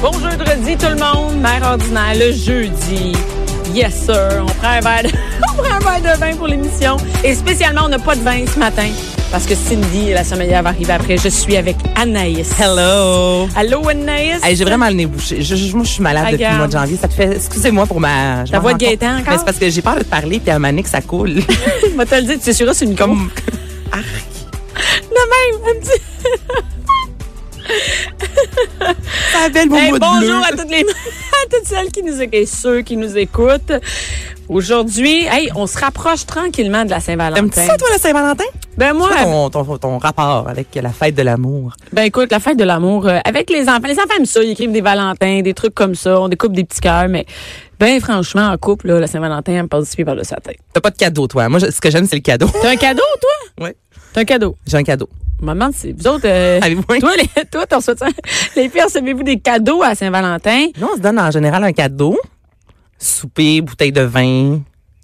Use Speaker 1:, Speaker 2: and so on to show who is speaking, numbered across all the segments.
Speaker 1: Bon jeudi tout le monde, mère ordinaire le jeudi. Yes sir, on prend un verre de, on prend un verre de vin pour l'émission. Et spécialement, on n'a pas de vin ce matin parce que Cindy, la sommelière, va arriver après. Je suis avec Anaïs.
Speaker 2: Hello.
Speaker 1: Allô Anaïs.
Speaker 2: Hey, j'ai vraiment le nez bouché. Je, je- moi, je suis malade
Speaker 1: Ah,
Speaker 2: depuis le mois
Speaker 1: garde.
Speaker 2: de janvier. Ça te fait. Excusez-moi pour ma. je
Speaker 1: Ta
Speaker 2: m'en
Speaker 1: voix de
Speaker 2: rends compte.
Speaker 1: Gaëtan encore?
Speaker 2: Mais c'est parce que j'ai peur de te parler, puis à un moment donné que ça coule.
Speaker 1: Je vais te le dire, tu sais, sur c'est une com.
Speaker 2: Comme.
Speaker 1: De même, un petit-
Speaker 2: Ça belle, mon
Speaker 1: Hey,
Speaker 2: mois de
Speaker 1: bonjour
Speaker 2: bleu.
Speaker 1: à toutes les à toutes celles qui nous écoutent et ceux qui nous écoutent. Aujourd'hui, hey, on se rapproche tranquillement de la
Speaker 2: T'aimes-tu
Speaker 1: Saint-Valentin.
Speaker 2: ça, toi, la Saint-Valentin?
Speaker 1: Ben moi,
Speaker 2: Quoi ton, ton, ton rapport avec la fête de l'amour?
Speaker 1: ben écoute, la fête de l'amour euh, avec les enfants. Les enfants aiment ça, ils écrivent des Valentins, des trucs comme ça, on découpe des petits cœurs, mais ben franchement, en couple, là, la Saint-Valentin, elle me passe du pied par le satin.
Speaker 2: T'as pas de cadeau, toi. Moi, je- ce que j'aime, c'est le cadeau.
Speaker 1: T'as un cadeau, toi?
Speaker 2: ouais.
Speaker 1: T'as un cadeau.
Speaker 2: J'ai un cadeau.
Speaker 1: Maman, c'est vous autres. euh,
Speaker 2: Avez-vous un-
Speaker 1: toi, les, toi, t'en reçois Les filles, recevez-vous des cadeaux à Saint-Valentin?
Speaker 2: Nous, on se donne en général un cadeau. Souper, bouteille de vin,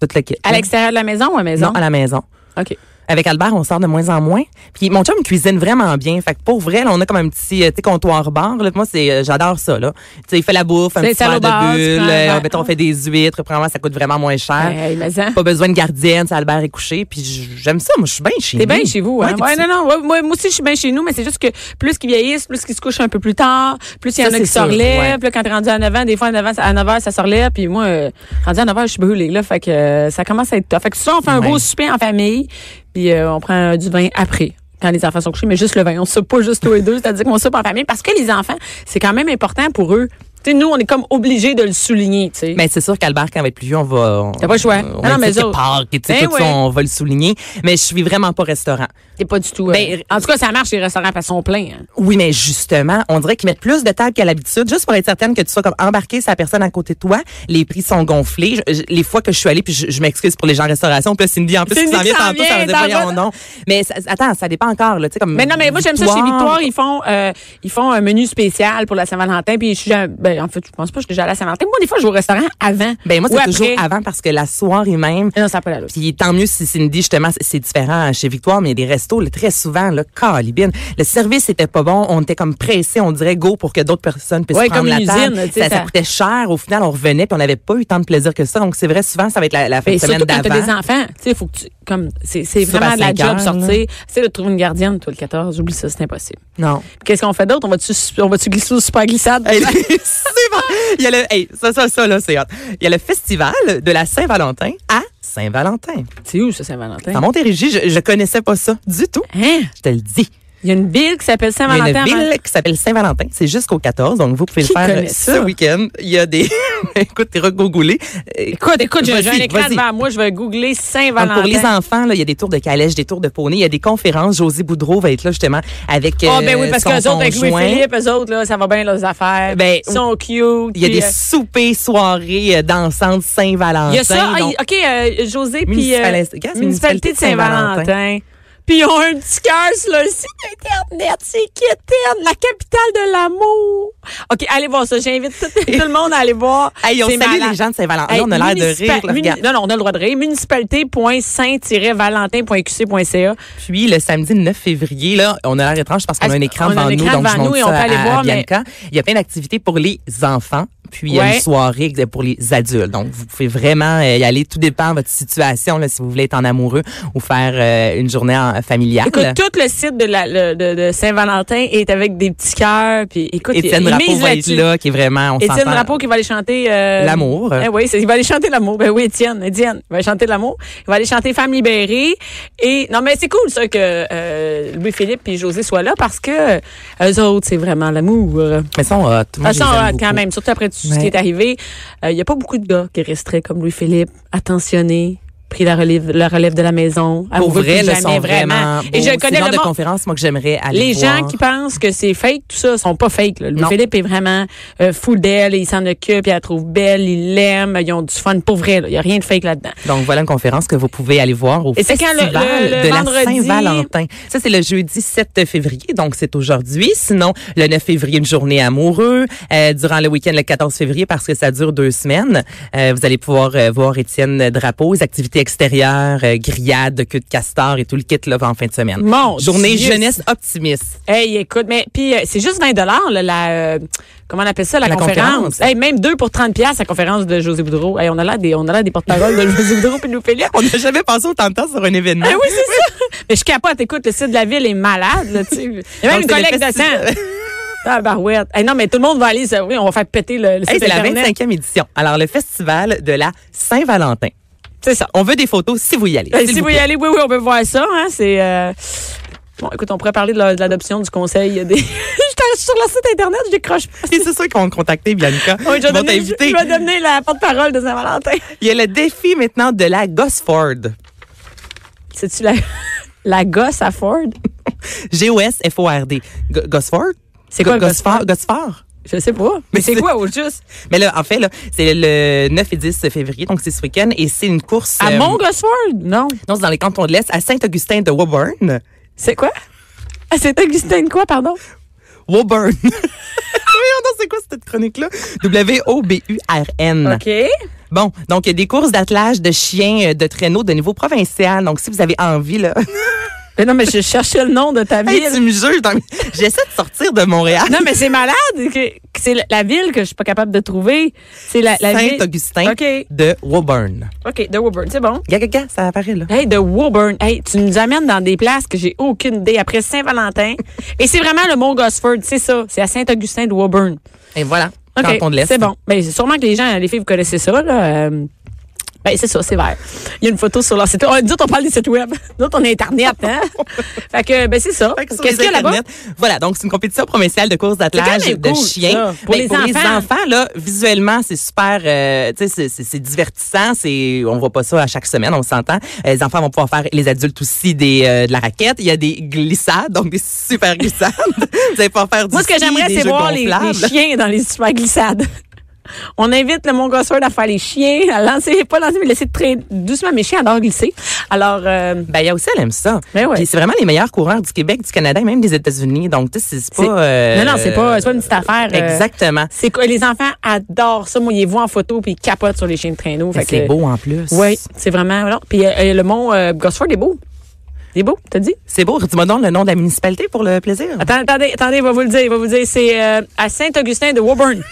Speaker 2: tout le kit.
Speaker 1: À l'extérieur de la maison ou à la maison?
Speaker 2: Non, à la maison.
Speaker 1: OK.
Speaker 2: Avec Albert, on sort de moins en moins. Puis mon chum cuisine vraiment bien. Fait que pour vrai, là, on a comme un petit euh, tu sais, comptoir bar. Là. Moi, c'est euh, j'adore ça. Là. Tu sais, il fait la bouffe, un
Speaker 1: C'est
Speaker 2: petit
Speaker 1: ça, au
Speaker 2: verre
Speaker 1: bar, tu
Speaker 2: de bulle.
Speaker 1: prends un
Speaker 2: euh,
Speaker 1: verre.
Speaker 2: mettons, on fait des huîtres. Premièrement, ça coûte vraiment moins cher.
Speaker 1: Hey, mais ça.
Speaker 2: Pas besoin de gardienne. tu sais, Albert est couché. Puis j- j'aime ça. Moi, je suis bien chez
Speaker 1: T'es
Speaker 2: nous.
Speaker 1: bien chez vous, hein?
Speaker 2: Ouais, t'es
Speaker 1: Ouais,
Speaker 2: petit.
Speaker 1: non, non. ouais, moi, moi aussi, je suis bien chez nous, mais c'est juste que plus qu'ils vieillissent, plus qu'ils se couchent un peu plus tard, plus il y en
Speaker 2: Ça,
Speaker 1: a qui se
Speaker 2: c'est sûr,
Speaker 1: relèvent.
Speaker 2: ouais.
Speaker 1: Puis là, quand t'es rendu à 9 ans, des fois, à 9 ans, à 9 heures, ça se relève. Puis moi, euh, rendu à 9 heures, je suis brûlée, là. Fait que euh, ça commence à être tough. Fait que ça, on fait un
Speaker 2: Ouais.
Speaker 1: beau souper en famille, puis euh, on prend euh, du vin après. Quand les enfants sont couchés, mais juste le vin. On soupe pas juste tous les deux, c'est-à-dire qu'on soupe en famille parce que les enfants, c'est quand même important pour eux. Tu sais, nous, on est comme obligés de le souligner, tu sais.
Speaker 2: Mais c'est sûr qu'Albert, quand il va être plus vieux, on va. on-
Speaker 1: T'as pas le choix.
Speaker 2: On
Speaker 1: Non, non,
Speaker 2: va
Speaker 1: mais
Speaker 2: dire
Speaker 1: eux
Speaker 2: qu'il part, que, tu sais,
Speaker 1: Ben
Speaker 2: tout ça,
Speaker 1: ouais.
Speaker 2: on va le souligner. Mais je suis vraiment pas restaurant.
Speaker 1: T'es pas du tout. euh,
Speaker 2: Ben,
Speaker 1: en tout cas, ça marche, les restaurants parce qu'ils sont pleins. hein.
Speaker 2: Oui, mais justement, on dirait qu'ils mettent plus de tables qu'à l'habitude, juste pour être certaine que tu sois comme embarqué sur la personne à côté de toi. Les prix sont gonflés. Je- je- les fois que je suis allée, puis je, je m'excuse pour les gens en restauration, puis là, Cindy, en plus,
Speaker 1: Cindy
Speaker 2: qui s'en vient
Speaker 1: qui s'en
Speaker 2: tantôt, ça
Speaker 1: vient,
Speaker 2: veut dire,
Speaker 1: t'en vas-
Speaker 2: voyons, non. Mais ça- attends, ça dépend encore, là, tu sais, comme.
Speaker 1: Mais non, mais moi j'aime ça chez Victoire, ils font euh, ils font un menu spécial pour la Saint-Valentin puis je suis jamais- ben en fait, je pense pas que je suis déjà allée à la Saint-Valentin. Moi des fois je vais au restaurant avant.
Speaker 2: Ben, moi,
Speaker 1: ou
Speaker 2: c'est
Speaker 1: après.
Speaker 2: toujours avant parce que la soirée même,
Speaker 1: Non, ça a pas la
Speaker 2: Puis tant mieux si Cindy, justement, c'est- c'est différent hein, chez Victoire, mais des restos, là, très souvent, le calibine. Le service était pas bon, on était comme pressé, on dirait go pour que d'autres personnes puissent
Speaker 1: Ouais,
Speaker 2: prendre
Speaker 1: comme
Speaker 2: la
Speaker 1: une
Speaker 2: table.
Speaker 1: usine, tu sais,
Speaker 2: ça, ça
Speaker 1: ça-
Speaker 2: coûtait cher. Au final, on revenait puis on n'avait pas eu tant de plaisir que ça. Donc c'est vrai, souvent, ça va être la, la fin
Speaker 1: Ben,
Speaker 2: de semaine
Speaker 1: surtout quand t'as
Speaker 2: d'avant.
Speaker 1: des enfants, tu sais, faut que tu, comme, c'est, c'est
Speaker 2: Soupe à
Speaker 1: vraiment de la
Speaker 2: cinq
Speaker 1: job
Speaker 2: heures,
Speaker 1: sortir. C'est de trouver une gardienne, toi, le 14. J'oublie ça, c'est impossible.
Speaker 2: Non.
Speaker 1: Qu'est-ce qu'on fait d'autre? On va-tu, on va-tu glisser au super glissade?
Speaker 2: Hey, c'est bon. Il y a le, hey, ça, ça, ça, là, c'est hot. Il y a le festival de la Saint-Valentin à Saint-Valentin.
Speaker 1: C'est où, ça, Saint-Valentin?
Speaker 2: À Montérégie, je, je connaissais pas ça du tout.
Speaker 1: Hein?
Speaker 2: Je te le dis.
Speaker 1: Il y a une ville qui s'appelle
Speaker 2: Il y a
Speaker 1: Saint-Valentin.
Speaker 2: une
Speaker 1: à Mont-
Speaker 2: ville qui s'appelle Saint-Valentin. C'est jusqu'au 14, donc vous pouvez
Speaker 1: Qui
Speaker 2: le faire
Speaker 1: connaît
Speaker 2: euh,
Speaker 1: ça?
Speaker 2: ce week-end. Il y a des... Écoute, t'es regogoulé. Euh,
Speaker 1: Écoute, écoute, j'ai, j'ai un
Speaker 2: Vas-y,
Speaker 1: écran
Speaker 2: vas-y.
Speaker 1: devant moi, je vais googler Saint-Valentin.
Speaker 2: donc, pour les enfants, là, il y a des tours de calèche, des tours de poney, il y a des conférences. Josie Boudreau va être là justement avec
Speaker 1: Ah,
Speaker 2: euh,
Speaker 1: ben oui, parce
Speaker 2: son
Speaker 1: qu'eux autres, avec
Speaker 2: conjoint.
Speaker 1: Louis-Philippe, eux autres, là, ça va bien leurs affaires.
Speaker 2: Ben,
Speaker 1: ils sont cute.
Speaker 2: Il y a
Speaker 1: puis,
Speaker 2: des
Speaker 1: euh,
Speaker 2: soupers, soirées euh, dansantes Saint-Valentin.
Speaker 1: Il y a ça. ah,
Speaker 2: Donc,
Speaker 1: OK, euh, José, puis. euh,
Speaker 2: Municipalité- gars, c'est
Speaker 1: municipalité de Saint-Valentin. Puis ils ont un petit cœur sur leur site Internet. C'est kitten, la capitale de l'amour. OK, allez voir ça. J'invite tout, tout le monde à aller voir.
Speaker 2: Hey, on
Speaker 1: C'est
Speaker 2: salue
Speaker 1: malade.
Speaker 2: les gens de Saint-Valentin.
Speaker 1: Hey,
Speaker 2: Là, on a l'air de
Speaker 1: municipa-
Speaker 2: rire. là,
Speaker 1: muni-
Speaker 2: regarde.
Speaker 1: non, non, on a le droit de rire. Municipalité.saint-valentin.qc.ca.
Speaker 2: Puis le samedi 9 février, là, on a l'air étrange parce qu'on
Speaker 1: Ah,
Speaker 2: a un écran
Speaker 1: on a
Speaker 2: devant
Speaker 1: un
Speaker 2: nous,
Speaker 1: écran
Speaker 2: donc je
Speaker 1: devant nous
Speaker 2: montre
Speaker 1: et on
Speaker 2: ça
Speaker 1: peut aller
Speaker 2: à, à
Speaker 1: voir, mais-
Speaker 2: Bianca. Il y a plein d'activités pour les enfants. Puis il y a
Speaker 1: Ouais.
Speaker 2: une soirée pour les adultes. Donc, vous pouvez vraiment euh, y aller. Tout dépend de votre situation, là, si vous voulez être en amoureux ou faire euh, une journée en- familiale.
Speaker 1: Écoute, tout le site de, la, le- de, de Saint-Valentin est avec des petits cœurs. Puis écoute, il-
Speaker 2: Étienne
Speaker 1: il
Speaker 2: Drapeau
Speaker 1: mise
Speaker 2: va être
Speaker 1: là-dessus.
Speaker 2: là, qui est vraiment, on
Speaker 1: Étienne
Speaker 2: s'entend.
Speaker 1: Drapeau qui va aller chanter euh,
Speaker 2: L'amour.
Speaker 1: Eh oui, c'est- il va aller chanter l'amour. Ben oui, Étienne, Étienne, il va aller chanter l'amour. Il va aller chanter Femme libérée. Et non, mais c'est cool ça que euh, Louis Philippe et José soient là parce que euh, eux autres, c'est vraiment l'amour.
Speaker 2: Mais ils sont hot. Moi,
Speaker 1: De
Speaker 2: je
Speaker 1: toute façon,
Speaker 2: les aime
Speaker 1: euh, quand
Speaker 2: beaucoup.
Speaker 1: même, surtout après tout ce qui
Speaker 2: Ouais.
Speaker 1: est arrivé, euh, il y a pas beaucoup de gars qui resteraient comme Louis Philippe, attentionnés, pris la relève, la relève de la maison. Elle
Speaker 2: Pour
Speaker 1: vous veut
Speaker 2: vrai,
Speaker 1: plus
Speaker 2: le
Speaker 1: jamais,
Speaker 2: sont vraiment.
Speaker 1: Et je
Speaker 2: beaux. C'est
Speaker 1: connais
Speaker 2: genre
Speaker 1: le
Speaker 2: de
Speaker 1: monde.
Speaker 2: conférence, moi, que j'aimerais aller
Speaker 1: Les
Speaker 2: voir.
Speaker 1: gens qui pensent que c'est fake, tout ça, sont pas fake. Là. Louis
Speaker 2: Non.
Speaker 1: Philippe est vraiment euh, fou d'elle, il s'en occupe, il la trouve belle, il l'aime, ils ont du fun pour vrai. là. Il y a rien de fake là-dedans.
Speaker 2: Donc voilà une conférence que vous pouvez aller voir au
Speaker 1: Et c'est quand
Speaker 2: festival
Speaker 1: le- le- le
Speaker 2: de la
Speaker 1: vendredi?
Speaker 2: Saint-Valentin. Ça c'est le jeudi 7 février, donc c'est aujourd'hui. Sinon le 9 février une journée amoureux Euh, durant le week-end le 14 février parce que ça dure deux semaines. euh, vous allez pouvoir euh, voir Étienne Drapeau, les activités extérieures, euh, grillades, queue de castor et tout le kit là en fin de semaine.
Speaker 1: Mon
Speaker 2: journée
Speaker 1: Dieu.
Speaker 2: jeunesse optimiste.
Speaker 1: Hey, écoute, mais puis euh, c'est juste 20 dollars la euh, comment on appelle ça la,
Speaker 2: La
Speaker 1: conférence.
Speaker 2: conférence.
Speaker 1: Hey, même deux pour 30 pièces la conférence de José Boudreau. Hey, on a là des on a là des porte-paroles de José Boudreau puis de Louis Philippe.
Speaker 2: On n'a jamais passé autant de temps sur un événement.
Speaker 1: Ah oui, c'est ça. Mais je capote, écoute, le site de la ville est malade là, tu sais. Il y a même
Speaker 2: Donc,
Speaker 1: une
Speaker 2: c'est le
Speaker 1: collecte de
Speaker 2: festival-
Speaker 1: sang. Ah, barouette. Hey, non, mais tout le monde va aller, ça, oui, on va faire péter le, le
Speaker 2: Hey,
Speaker 1: site
Speaker 2: c'est la
Speaker 1: Internet.
Speaker 2: 25e édition. Alors le festival de la Saint-Valentin.
Speaker 1: C'est ça.
Speaker 2: On veut des photos si vous y allez.
Speaker 1: Ben,
Speaker 2: s'il
Speaker 1: si
Speaker 2: vous
Speaker 1: vous y
Speaker 2: plaît.
Speaker 1: allez, oui, oui, on peut voir ça. Hein, c'est euh, bon. Écoute, on pourrait parler de la- de l'adoption du conseil des. J'étais sur le site internet, je décroche pas.
Speaker 2: Et c'est sûr qu'ils vont te contacter, Bianca.
Speaker 1: Oui, je,
Speaker 2: Ils
Speaker 1: vais
Speaker 2: vont
Speaker 1: donner, je,
Speaker 2: t'inviter.
Speaker 1: je vais donner la porte-parole de Saint-Valentin.
Speaker 2: Il y a le défi maintenant de la Gosford.
Speaker 1: C'est-tu la, la gosse à Ford?
Speaker 2: G-O-S-F-O-R-D. Go- Gosford?
Speaker 1: C'est quoi,
Speaker 2: Go-
Speaker 1: le
Speaker 2: Gosford? Gosford?
Speaker 1: Je sais pas. Mais c'est
Speaker 2: c'est-
Speaker 1: quoi, au juste?
Speaker 2: Mais là, en fait, là, c'est le 9 et 10 février, donc c'est ce week-end, et c'est une course.
Speaker 1: À
Speaker 2: euh,
Speaker 1: mon Gosford? Non.
Speaker 2: Non, c'est dans les cantons de l'Est, à Saint-Augustin de Woburn.
Speaker 1: C'est quoi? Ah, c'est Augustin de quoi, pardon?
Speaker 2: Woburn. Oui, non, c'est quoi cette chronique-là? W-O-B-U-R-N.
Speaker 1: OK.
Speaker 2: Bon, donc il y a des courses d'attelage de chiens, euh, de traîneaux de niveau provincial. Donc, si vous avez envie, là,
Speaker 1: Mais non, mais je cherchais le nom de ta
Speaker 2: Hey,
Speaker 1: ville.
Speaker 2: tu me juges. dans mes- J'essaie de sortir de Montréal.
Speaker 1: Non, mais c'est malade. que- que C'est la- la ville que je suis pas capable de trouver. C'est la, la ville.
Speaker 2: Saint-Augustin
Speaker 1: OK.
Speaker 2: de Woburn.
Speaker 1: OK, de Woburn. C'est bon.
Speaker 2: Gaga, gaga, ça apparaît là.
Speaker 1: Hey, de Woburn. Hey, tu nous amènes dans des places que j'ai aucune idée après Saint-Valentin. Et c'est vraiment le mont Gosford, c'est ça. C'est à Saint-Augustin de Woburn.
Speaker 2: Et voilà.
Speaker 1: OK,
Speaker 2: Quand on le laisse.
Speaker 1: C'est bon. Mais c'est sûrement que les gens, les filles, vous connaissez ça, là. euh, ben, c'est ça, c'est vert. Il y a une photo sur leur site web. Oh, Nous autres, on parle des sites web. Nous autres, on est Internet, hein? fait que, ben, c'est ça.
Speaker 2: Fait que sur
Speaker 1: Qu'est-ce
Speaker 2: les
Speaker 1: qu'il y a là-bas?
Speaker 2: internets, Voilà, donc c'est une compétition provinciale de courses d'attelage
Speaker 1: C'est quand même
Speaker 2: de
Speaker 1: cool, ça,
Speaker 2: chiens.
Speaker 1: pour
Speaker 2: Mais
Speaker 1: les
Speaker 2: pour les
Speaker 1: enfants.
Speaker 2: enfants, là, visuellement, c'est super, euh, tu sais, c'est- c'est c'est divertissant. C'est, on voit pas ça à chaque semaine, on s'entend. Euh, Les enfants vont pouvoir faire, les adultes aussi, des, euh, de la raquette. Il y a des glissades, donc des super glissades. Vous allez pouvoir faire du
Speaker 1: Moi, ce que
Speaker 2: ski,
Speaker 1: j'aimerais,
Speaker 2: des
Speaker 1: c'est
Speaker 2: jeux
Speaker 1: voir les, les
Speaker 2: gonflables.
Speaker 1: chiens dans les super glissades. On invite le Montgolfier à faire les chiens, à lancer, pas lancer, mais laisser très doucement. Mes chiens adorent glisser. Alors, euh,
Speaker 2: Ben, il y a aussi, elle aime ça.
Speaker 1: Ben ouais.
Speaker 2: Puis c'est vraiment les meilleurs coureurs du Québec, du Canada et même des États-Unis. Donc, tu sais, c'est
Speaker 1: C'est-
Speaker 2: pas. euh,
Speaker 1: Non, non, c'est pas- c'est pas une petite affaire, euh,
Speaker 2: Exactement.
Speaker 1: c'est quoi? Les enfants adorent ça. Moi, ils les voient en photo puis ils capotent sur les chiens de traîneau. Fait
Speaker 2: Mais C'est
Speaker 1: que-
Speaker 2: beau en plus.
Speaker 1: Oui, c'est vraiment. Non. Puis euh, euh, le mont euh, Gosford est beau. Il est beau, t'as dit?
Speaker 2: C'est beau. Dis-moi donc le nom de la municipalité pour le plaisir.
Speaker 1: Attendez, attendez, attendez, il va vous le dire. Il va vous le dire. C'est euh, à Saint-Augustin de Woburn.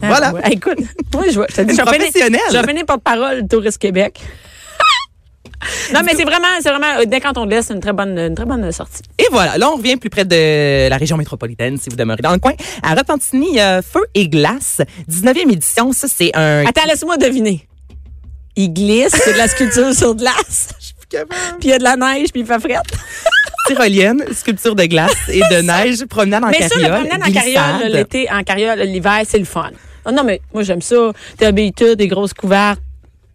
Speaker 1: Ah,
Speaker 2: Voilà.
Speaker 1: ouais. Hey, écoute, moi, je vois. Je te dis,
Speaker 2: Une
Speaker 1: je vais finir-
Speaker 2: professionnelle.
Speaker 1: Je vais finir porte-parole Touriste Québec. non, mais c'est vraiment, c'est vraiment, euh, dès quand on le laisse, c'est une très bonne, une très bonne sortie.
Speaker 2: Et voilà. Là, on revient plus près de la région métropolitaine, si vous demeurez dans le coin. À Repentigny, il y a Feu et Glace. 19e édition. Ça, c'est un.
Speaker 1: Attends, laisse-moi deviner. Il glisse, c'est de la sculpture sur glace, puis il y a de la neige, puis il fait frette.
Speaker 2: Tyrolienne, sculpture de glace et de neige, promenade en
Speaker 1: Mais ça,
Speaker 2: carriole.
Speaker 1: le promenade en
Speaker 2: glissade.
Speaker 1: carriole, l'été en carriole, l'hiver, c'est le fun. Oh non, mais moi, j'aime ça. T'habilles tout, des grosses couvertes.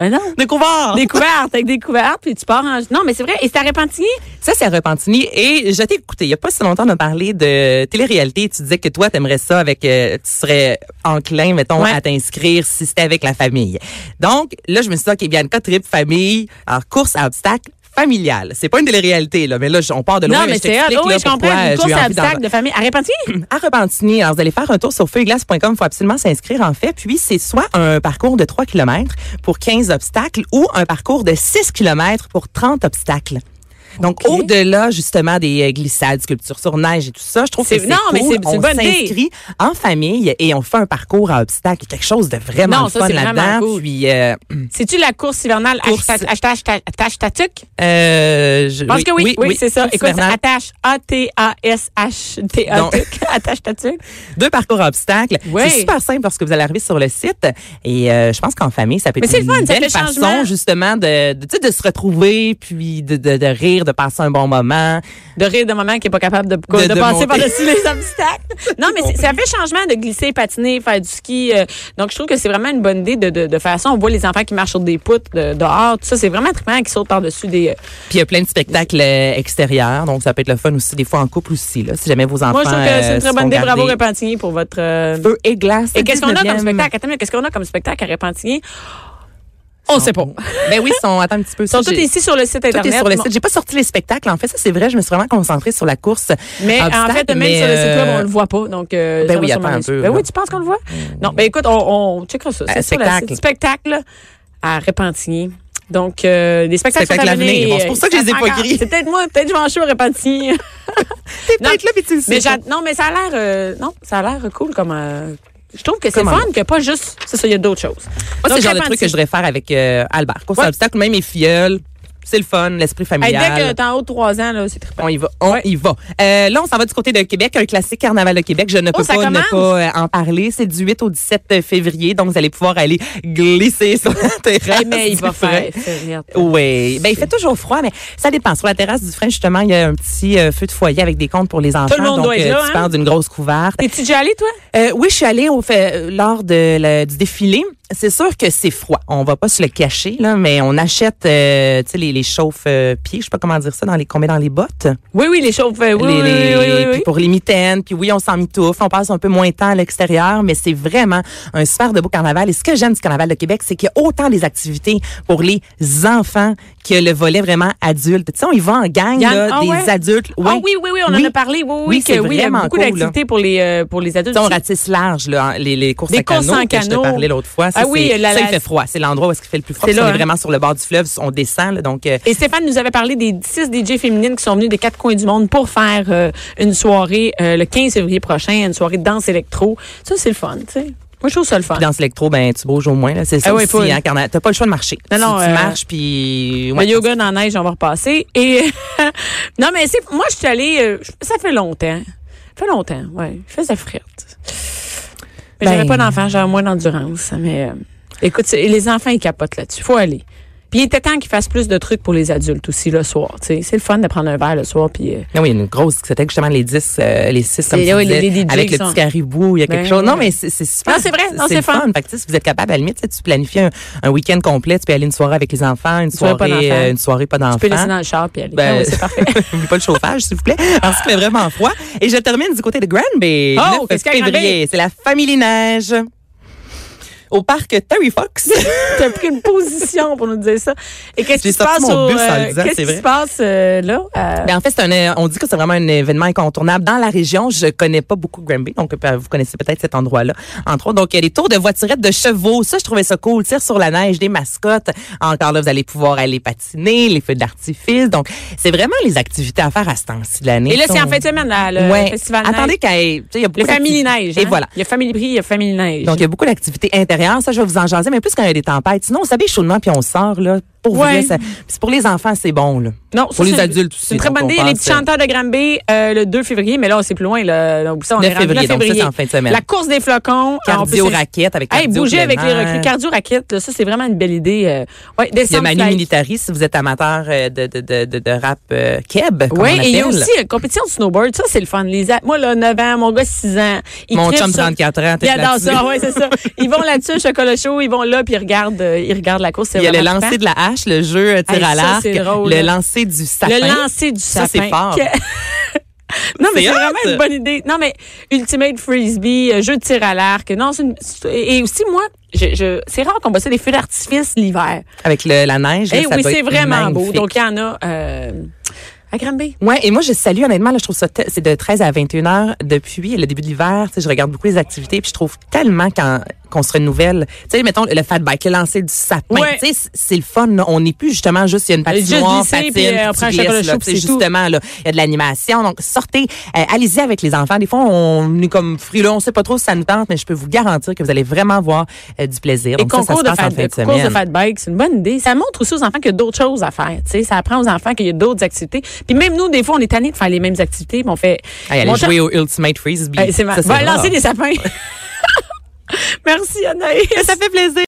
Speaker 1: Mais non.
Speaker 2: Des couverts.
Speaker 1: Des couvertes, avec des couvertes, puis tu pars en. Non, mais c'est vrai. Et c'est à Repentigny?
Speaker 2: Ça, c'est à Repentigny. Et je t'ai écouté. Il n'y a pas si longtemps, on a parlé de télé-réalité. Tu disais que toi, t'aimerais ça avec, euh, tu serais enclin, mettons,
Speaker 1: Ouais.
Speaker 2: à t'inscrire si c'était avec la famille. Donc, là, je me suis dit, OK, Bianca, trip famille, alors course à obstacles familiale. C'est pas une télé-réalité, là, mais là, je- on part de loin.
Speaker 1: non, mais
Speaker 2: je
Speaker 1: c'est hot.
Speaker 2: t'explique,
Speaker 1: Oh,
Speaker 2: là,
Speaker 1: oui, je
Speaker 2: pourquoi,
Speaker 1: comprends.
Speaker 2: euh,
Speaker 1: Une
Speaker 2: j'ai eu
Speaker 1: course à
Speaker 2: envie d'en-
Speaker 1: obstacles de famille. À Repentigny?
Speaker 2: à Repentigny. Alors, vous allez faire un tour sur feuilleglace.com. Il faut absolument s'inscrire, en fait. Puis, c'est soit un parcours de 3 km pour 15 obstacles ou un parcours de 6 km pour 30 obstacles. Donc,
Speaker 1: OK.
Speaker 2: au-delà, justement, des euh, glissades, sculptures sur neige et tout ça, je trouve que
Speaker 1: C'est-
Speaker 2: c'est
Speaker 1: non, mais
Speaker 2: cool.
Speaker 1: c'est- c'est une
Speaker 2: On
Speaker 1: bonne idée.
Speaker 2: s'inscrit en famille et on fait un parcours à obstacles. Quelque chose de vraiment
Speaker 1: Non,
Speaker 2: le
Speaker 1: ça,
Speaker 2: fun
Speaker 1: c'est vraiment
Speaker 2: là-dedans.
Speaker 1: cool.
Speaker 2: Puis, euh,
Speaker 1: C'est-tu la course hivernale
Speaker 2: Course.
Speaker 1: hashtag- hashtag- hashtag- tatuc?
Speaker 2: euh, je-
Speaker 1: Je pense que oui, oui, c'est ça.
Speaker 2: course
Speaker 1: Écoute,
Speaker 2: hivernale.
Speaker 1: attache A-T-A-S-H-T-A.
Speaker 2: Non.
Speaker 1: Attache tatuc.
Speaker 2: deux parcours à obstacles.
Speaker 1: Ouais.
Speaker 2: C'est super simple parce que vous allez arriver sur le site et euh, je pense qu'en famille, ça peut
Speaker 1: Mais
Speaker 2: être
Speaker 1: c'est le
Speaker 2: une
Speaker 1: fun, ça
Speaker 2: belle
Speaker 1: fait
Speaker 2: façon
Speaker 1: changement.
Speaker 2: justement de, de, tu sais, de se retrouver puis de, de, de rire, rire, de passer un bon moment.
Speaker 1: De rire de maman qui est pas capable de, de,
Speaker 2: de
Speaker 1: passer
Speaker 2: monter.
Speaker 1: par-dessus les obstacles. Non, mais c'est- ça fait changement de glisser, patiner, faire du ski. euh, donc, je trouve que c'est vraiment une bonne idée de, de, de faire ça. On voit les enfants qui marchent sur des poutres de- dehors. Tout ça, c'est vraiment trippant qui sautent par-dessus des... euh,
Speaker 2: Puis il y a plein de spectacles euh, extérieurs, donc ça peut être le fun aussi, des fois en couple aussi, là, si jamais vos enfants.
Speaker 1: Moi, je trouve que c'est
Speaker 2: euh,
Speaker 1: une très
Speaker 2: se font
Speaker 1: bonne idée. Bravo,
Speaker 2: garder.
Speaker 1: Repentigny, pour votre... euh,
Speaker 2: Feu et glace.
Speaker 1: Et qu'est-ce qu'on a
Speaker 2: 19e.
Speaker 1: comme spectacle? Attends, une minute, qu'est-ce qu'on a comme spectacle à Repentigny? On sait pas.
Speaker 2: Ben oui, ils sont, attends un petit peu.
Speaker 1: Ils sont
Speaker 2: ça,
Speaker 1: tous
Speaker 2: j'ai-
Speaker 1: ici sur le site
Speaker 2: Tout
Speaker 1: Internet.
Speaker 2: est sur le
Speaker 1: Bon.
Speaker 2: site. J'ai pas sorti les spectacles. En fait, ça, c'est vrai. Je me suis vraiment concentrée sur la course.
Speaker 1: Mais en
Speaker 2: obstacle,
Speaker 1: fait, même
Speaker 2: mais,
Speaker 1: sur le site web,
Speaker 2: euh,
Speaker 1: on le voit pas. Donc, euh,
Speaker 2: ben
Speaker 1: ça va
Speaker 2: oui,
Speaker 1: sûrement
Speaker 2: attends un
Speaker 1: être-
Speaker 2: peu,
Speaker 1: Ben
Speaker 2: là. Mm.
Speaker 1: oui, tu penses qu'on le voit? Non, ben écoute, on, on checkera ça.
Speaker 2: Euh,
Speaker 1: C'est sur le
Speaker 2: spectacle.
Speaker 1: site. Spectacle à Repentigny. Donc, euh, les spectacles sont
Speaker 2: Spectacle à venir.
Speaker 1: venir.
Speaker 2: Bon, c'est pour ça que je les ai pas
Speaker 1: Encore.
Speaker 2: gris.
Speaker 1: euh, C'est peut-être moi, peut-être que je m'en suis à Repentigny.
Speaker 2: T'es
Speaker 1: Non,
Speaker 2: peut-être là, puis tu le sais
Speaker 1: mais
Speaker 2: pas.
Speaker 1: j'a- non, mais ça a l'air, euh, non, ça a l'air cool comme, euh, je trouve que c'est
Speaker 2: Comme un
Speaker 1: fun que pas juste, c'est ça, il y a d'autres choses.
Speaker 2: Moi, c'est
Speaker 1: Donc,
Speaker 2: le genre de
Speaker 1: Repentigny.
Speaker 2: truc que je voudrais faire avec euh, Albert. Course
Speaker 1: Ouais.
Speaker 2: à obstacle, même mes filleuls. C'est le fun, l'esprit
Speaker 1: Hey,
Speaker 2: familial.
Speaker 1: dès que t'es en haut de 3 ans, là, c'est trippant.
Speaker 2: On y va, on y va. Euh, là, on s'en va du côté de Québec, un classique carnaval de Québec. Je ne peux
Speaker 1: Oh, ça
Speaker 2: pas ne
Speaker 1: commence?
Speaker 2: pas euh, en parler. C'est du 8 au 17 février, donc vous allez pouvoir aller glisser sur la
Speaker 1: Hey,
Speaker 2: terrasse.
Speaker 1: Eh, mais il
Speaker 2: du
Speaker 1: va faire.
Speaker 2: Frein.
Speaker 1: faire rire.
Speaker 2: Oui, ben il fait toujours froid, mais ça dépend. Sur la terrasse du frein, justement, il y a un petit euh, feu de foyer avec des comptes pour les enfants.
Speaker 1: monde
Speaker 2: donc, euh,
Speaker 1: doit être là,
Speaker 2: tu
Speaker 1: hein?
Speaker 2: parles d'une grosse couverte.
Speaker 1: T'es-tu déjà allé, toi?
Speaker 2: Euh, oui, je suis allée au fait, euh, lors de, la- du défilé. C'est sûr que c'est froid. On va pas se le cacher, là, mais on achète, euh, tu sais, les, les chauffe-pieds, je sais pas comment dire ça, dans les qu'on met dans les bottes.
Speaker 1: Oui, oui, les chauffes. Oui, oui,
Speaker 2: Les- euh, les-
Speaker 1: oui, oui, oui.
Speaker 2: puis pour les mitaines, puis oui, on s'en mitouffe, on passe un peu moins de temps à l'extérieur, mais c'est vraiment un super de beau carnaval. Et ce que j'aime du carnaval de Québec, c'est qu'il y a autant des activités pour les enfants que le volet vraiment adulte. Tu sais, on y va en gang,
Speaker 1: Gang,
Speaker 2: là,
Speaker 1: ah
Speaker 2: des
Speaker 1: ouais.
Speaker 2: adultes.
Speaker 1: Ah oui, oui, oui, on en a parlé. Oui, oui,
Speaker 2: Oui,
Speaker 1: que
Speaker 2: c'est
Speaker 1: oui, il y a
Speaker 2: vraiment
Speaker 1: beaucoup
Speaker 2: cool,
Speaker 1: d'activités pour les, euh, pour les adultes.
Speaker 2: Tu sais, on ratisse large, là, en- les, les courses
Speaker 1: Des
Speaker 2: à
Speaker 1: courses
Speaker 2: canot
Speaker 1: en
Speaker 2: que je te
Speaker 1: canot.
Speaker 2: parlais l'autre fois. Ça,
Speaker 1: Ah oui,
Speaker 2: c'est-
Speaker 1: la-
Speaker 2: ça, il
Speaker 1: la-
Speaker 2: fait froid. C'est l'endroit où est-ce qu'il fait le plus froid.
Speaker 1: C'est
Speaker 2: parce
Speaker 1: là,
Speaker 2: qu'on
Speaker 1: hein.
Speaker 2: est vraiment sur le bord du fleuve, on descend, là, donc euh,
Speaker 1: Et Stéphane nous avait parlé des 6 DJ féminines qui sont venues des quatre coins du monde pour faire euh, une soirée euh, le 15 février prochain, une soirée de danse électro. Ça, c'est le fun, tu sais. Moi, je trouve ça le fun.
Speaker 2: Puis danse électro, ben tu bouges au moins. là. C'est ça
Speaker 1: Ah ouais,
Speaker 2: aussi,
Speaker 1: pas-
Speaker 2: hein, carna- T'as pas le choix de marcher.
Speaker 1: Non,
Speaker 2: tu,
Speaker 1: non,
Speaker 2: tu
Speaker 1: euh,
Speaker 2: marches, puis...
Speaker 1: Le
Speaker 2: ouais,
Speaker 1: yoga dans la neige, on va repasser. Et non, mais c'est moi, je suis allée. euh, je- ça fait longtemps. Ça fait longtemps, ouais. Je faisais frette. Mais
Speaker 2: Ben-
Speaker 1: j'avais pas d'enfants, j'avais moins d'endurance. Mais euh, écoute, c'est- les enfants, ils capotent là-dessus. Faut aller. Puis il était temps qu'ils fassent plus de trucs pour les adultes aussi le soir. tu sais. C'est le fun de prendre un verre le soir. Puis euh,
Speaker 2: Non, Ah oui, il y a une grosse discothèque, justement, les 10, euh, les 6, comme
Speaker 1: Et
Speaker 2: tu
Speaker 1: oui,
Speaker 2: disais,
Speaker 1: les- les DJ
Speaker 2: avec le
Speaker 1: sont-
Speaker 2: petit caribou, il y a quelque
Speaker 1: Ben
Speaker 2: chose. Non,
Speaker 1: ouais.
Speaker 2: mais c'est c'est super.
Speaker 1: Non, c'est vrai, non, c'est
Speaker 2: le
Speaker 1: fun.
Speaker 2: Fait que, tu sais, si vous êtes capable, à la limite, tu sais, tu planifies un, un week-end complet, tu peux aller une soirée avec les enfants, une
Speaker 1: soirée
Speaker 2: soirée,
Speaker 1: pas d'enfants.
Speaker 2: euh, une soirée pas d'enfants.
Speaker 1: tu peux laisser dans le char puis aller.
Speaker 2: Ben,
Speaker 1: Ah oui, c'est parfait.
Speaker 2: N'oublie pas le chauffage, s'il vous plaît, parce qu'il fait vraiment froid. Et je termine du côté de Granby.
Speaker 1: Oh,
Speaker 2: 9
Speaker 1: qu'est-ce qu'il y a à
Speaker 2: février, c'est la famille Neige. Au parc Terry Fox.
Speaker 1: T'as pris une position pour nous dire ça. Et qu'est-ce
Speaker 2: J'ai
Speaker 1: qui se
Speaker 2: sorti
Speaker 1: passe
Speaker 2: mon
Speaker 1: au,
Speaker 2: bus en le
Speaker 1: euh,
Speaker 2: disant,
Speaker 1: Qu'est-ce
Speaker 2: c'est
Speaker 1: qui
Speaker 2: vrai.
Speaker 1: se passe euh, là? euh,
Speaker 2: Ben, en fait, c'est un, euh, on dit que c'est vraiment un événement incontournable. Dans la région, je connais pas beaucoup Granby, donc euh, vous connaissez peut-être cet endroit-là. Entre autres, donc il y a des tours de voiturettes de chevaux. Ça, je trouvais ça cool. Tire sur la neige, des mascottes. Encore là, vous allez pouvoir aller patiner, les feux d'artifice. Donc, c'est vraiment les activités à faire à ce temps-ci de l'année.
Speaker 1: Et là, c'est
Speaker 2: Ça,
Speaker 1: en fin de semaine, là, le
Speaker 2: Ouais.
Speaker 1: festival neige.
Speaker 2: Attendez qu'il y ait- tu sais, il y
Speaker 1: Le
Speaker 2: a beaucoup
Speaker 1: Family
Speaker 2: d'activités.
Speaker 1: Neige.
Speaker 2: Et
Speaker 1: hein?
Speaker 2: voilà.
Speaker 1: Il y a Family Prix, il y a Family Neige.
Speaker 2: Donc, il y a beaucoup d'activités intérieures. Ça, je vais vous en jaser, mais plus quand il y a des tempêtes. Sinon, on s'habille chaudement puis on sort, là. Pour
Speaker 1: Ouais.
Speaker 2: vrai, ça- puis pour les enfants, c'est bon, là.
Speaker 1: non,
Speaker 2: pour les
Speaker 1: c'est-
Speaker 2: adultes aussi,
Speaker 1: C'est une très
Speaker 2: donc
Speaker 1: bonne
Speaker 2: on
Speaker 1: idée. Les
Speaker 2: pense,
Speaker 1: petits chanteurs de Granby euh, le 2 février, mais là, c'est plus loin. Là, donc, ça, on
Speaker 2: 9
Speaker 1: est rendu
Speaker 2: février, donc ça, c'est en fin de semaine.
Speaker 1: La course des flocons. on peut
Speaker 2: Cardio
Speaker 1: se-
Speaker 2: raquette avec
Speaker 1: Hey,
Speaker 2: cardio
Speaker 1: bouger
Speaker 2: plein
Speaker 1: avec les
Speaker 2: air.
Speaker 1: recrues. Cardio raquette, là, ça, c'est vraiment une belle idée. euh, ouais,
Speaker 2: Il y a
Speaker 1: descendre.
Speaker 2: Manu
Speaker 1: la-
Speaker 2: Militari, si vous êtes amateur euh, de, de, de, de, de rap euh, keb, comme
Speaker 1: Oui,
Speaker 2: on
Speaker 1: et il y a
Speaker 2: appelle.
Speaker 1: aussi une compétition de snowboard. Ça, c'est le fun. Les a- Moi, là, 9 ans, mon gars, 6 ans. Il
Speaker 2: Mon
Speaker 1: tripe
Speaker 2: chum,
Speaker 1: sur-
Speaker 2: 34 ans,
Speaker 1: Il
Speaker 2: t'es
Speaker 1: adore
Speaker 2: là-dessus.
Speaker 1: ça, ouais, c'est ça. Ils vont là-dessus, au chocolat chaud, ils vont là, puis ils regardent, euh, ils regardent la course. c'est
Speaker 2: Il y a le
Speaker 1: vraiment trippant.
Speaker 2: lancer de la hache, le jeu euh, tir
Speaker 1: Hey,
Speaker 2: à
Speaker 1: ça,
Speaker 2: l'arc,
Speaker 1: c'est drôle,
Speaker 2: le
Speaker 1: là.
Speaker 2: lancer du sapin.
Speaker 1: Le lancer du sapin.
Speaker 2: Ça, c'est fort.
Speaker 1: Que- non, mais
Speaker 2: C'est
Speaker 1: c'est
Speaker 2: hot.
Speaker 1: vraiment une bonne idée. Non, mais Ultimate Frisbee, euh, jeu de tir à l'arc. Non, c'est une- c'est- Et aussi, moi, je, je- c'est rare qu'on bosse des feux d'artifice l'hiver.
Speaker 2: Avec le- la neige, là,
Speaker 1: Eh
Speaker 2: ça
Speaker 1: oui,
Speaker 2: doit
Speaker 1: c'est
Speaker 2: être
Speaker 1: vraiment beau.
Speaker 2: magnifique.
Speaker 1: Donc, il y en a euh, à Granby.
Speaker 2: Ouais, et moi je salue honnêtement là, je trouve ça te- c'est de 13 à 21 heures depuis le début de l'hiver, tu sais, je regarde beaucoup les activités puis je trouve tellement qu'en- qu'on se renouvelle. Tu sais mettons le fat bike, le lancer du sapin,
Speaker 1: Ouais. Ben,
Speaker 2: tu sais c'est- c'est le fun, là. on n'est plus justement juste il y a une
Speaker 1: Juste
Speaker 2: patinoire,
Speaker 1: glisser,
Speaker 2: patine,
Speaker 1: puis, euh, on
Speaker 2: tu
Speaker 1: prend un
Speaker 2: glisses,
Speaker 1: chocolat
Speaker 2: là,
Speaker 1: chaud,
Speaker 2: puis
Speaker 1: puis
Speaker 2: c'est
Speaker 1: c'est tout.
Speaker 2: justement là, il y a de l'animation. Donc sortez, euh, allez-y avec les enfants. Des fois on est comme frileux, on sait pas trop si ça nous tente, mais je peux vous garantir que vous allez vraiment voir euh, du plaisir.
Speaker 1: Et
Speaker 2: Donc ça, ça,
Speaker 1: concours,
Speaker 2: se passe en
Speaker 1: de,
Speaker 2: fin
Speaker 1: fat,
Speaker 2: de
Speaker 1: concours de
Speaker 2: semaine.
Speaker 1: fat bike, c'est une bonne idée. Ça montre aussi aux enfants qu'il y a d'autres choses à faire. tu sais. Ça apprend aux enfants qu'il y a d'autres activités. Puis même nous, des fois, on est tannés de faire les mêmes activités. puis on fait...
Speaker 2: Allez, allez
Speaker 1: Mon temps-
Speaker 2: jouer au Ultimate Frisbee.
Speaker 1: Eh, c'est ma-
Speaker 2: Ça, c'est
Speaker 1: Va
Speaker 2: rare.
Speaker 1: lancer des sapins. Merci, Anaïs.
Speaker 2: Ça fait plaisir.